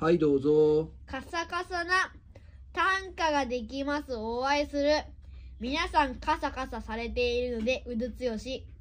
はい、どうぞ。カサカサな短歌ができますお会いする皆さんカサカサされているのでうずつよし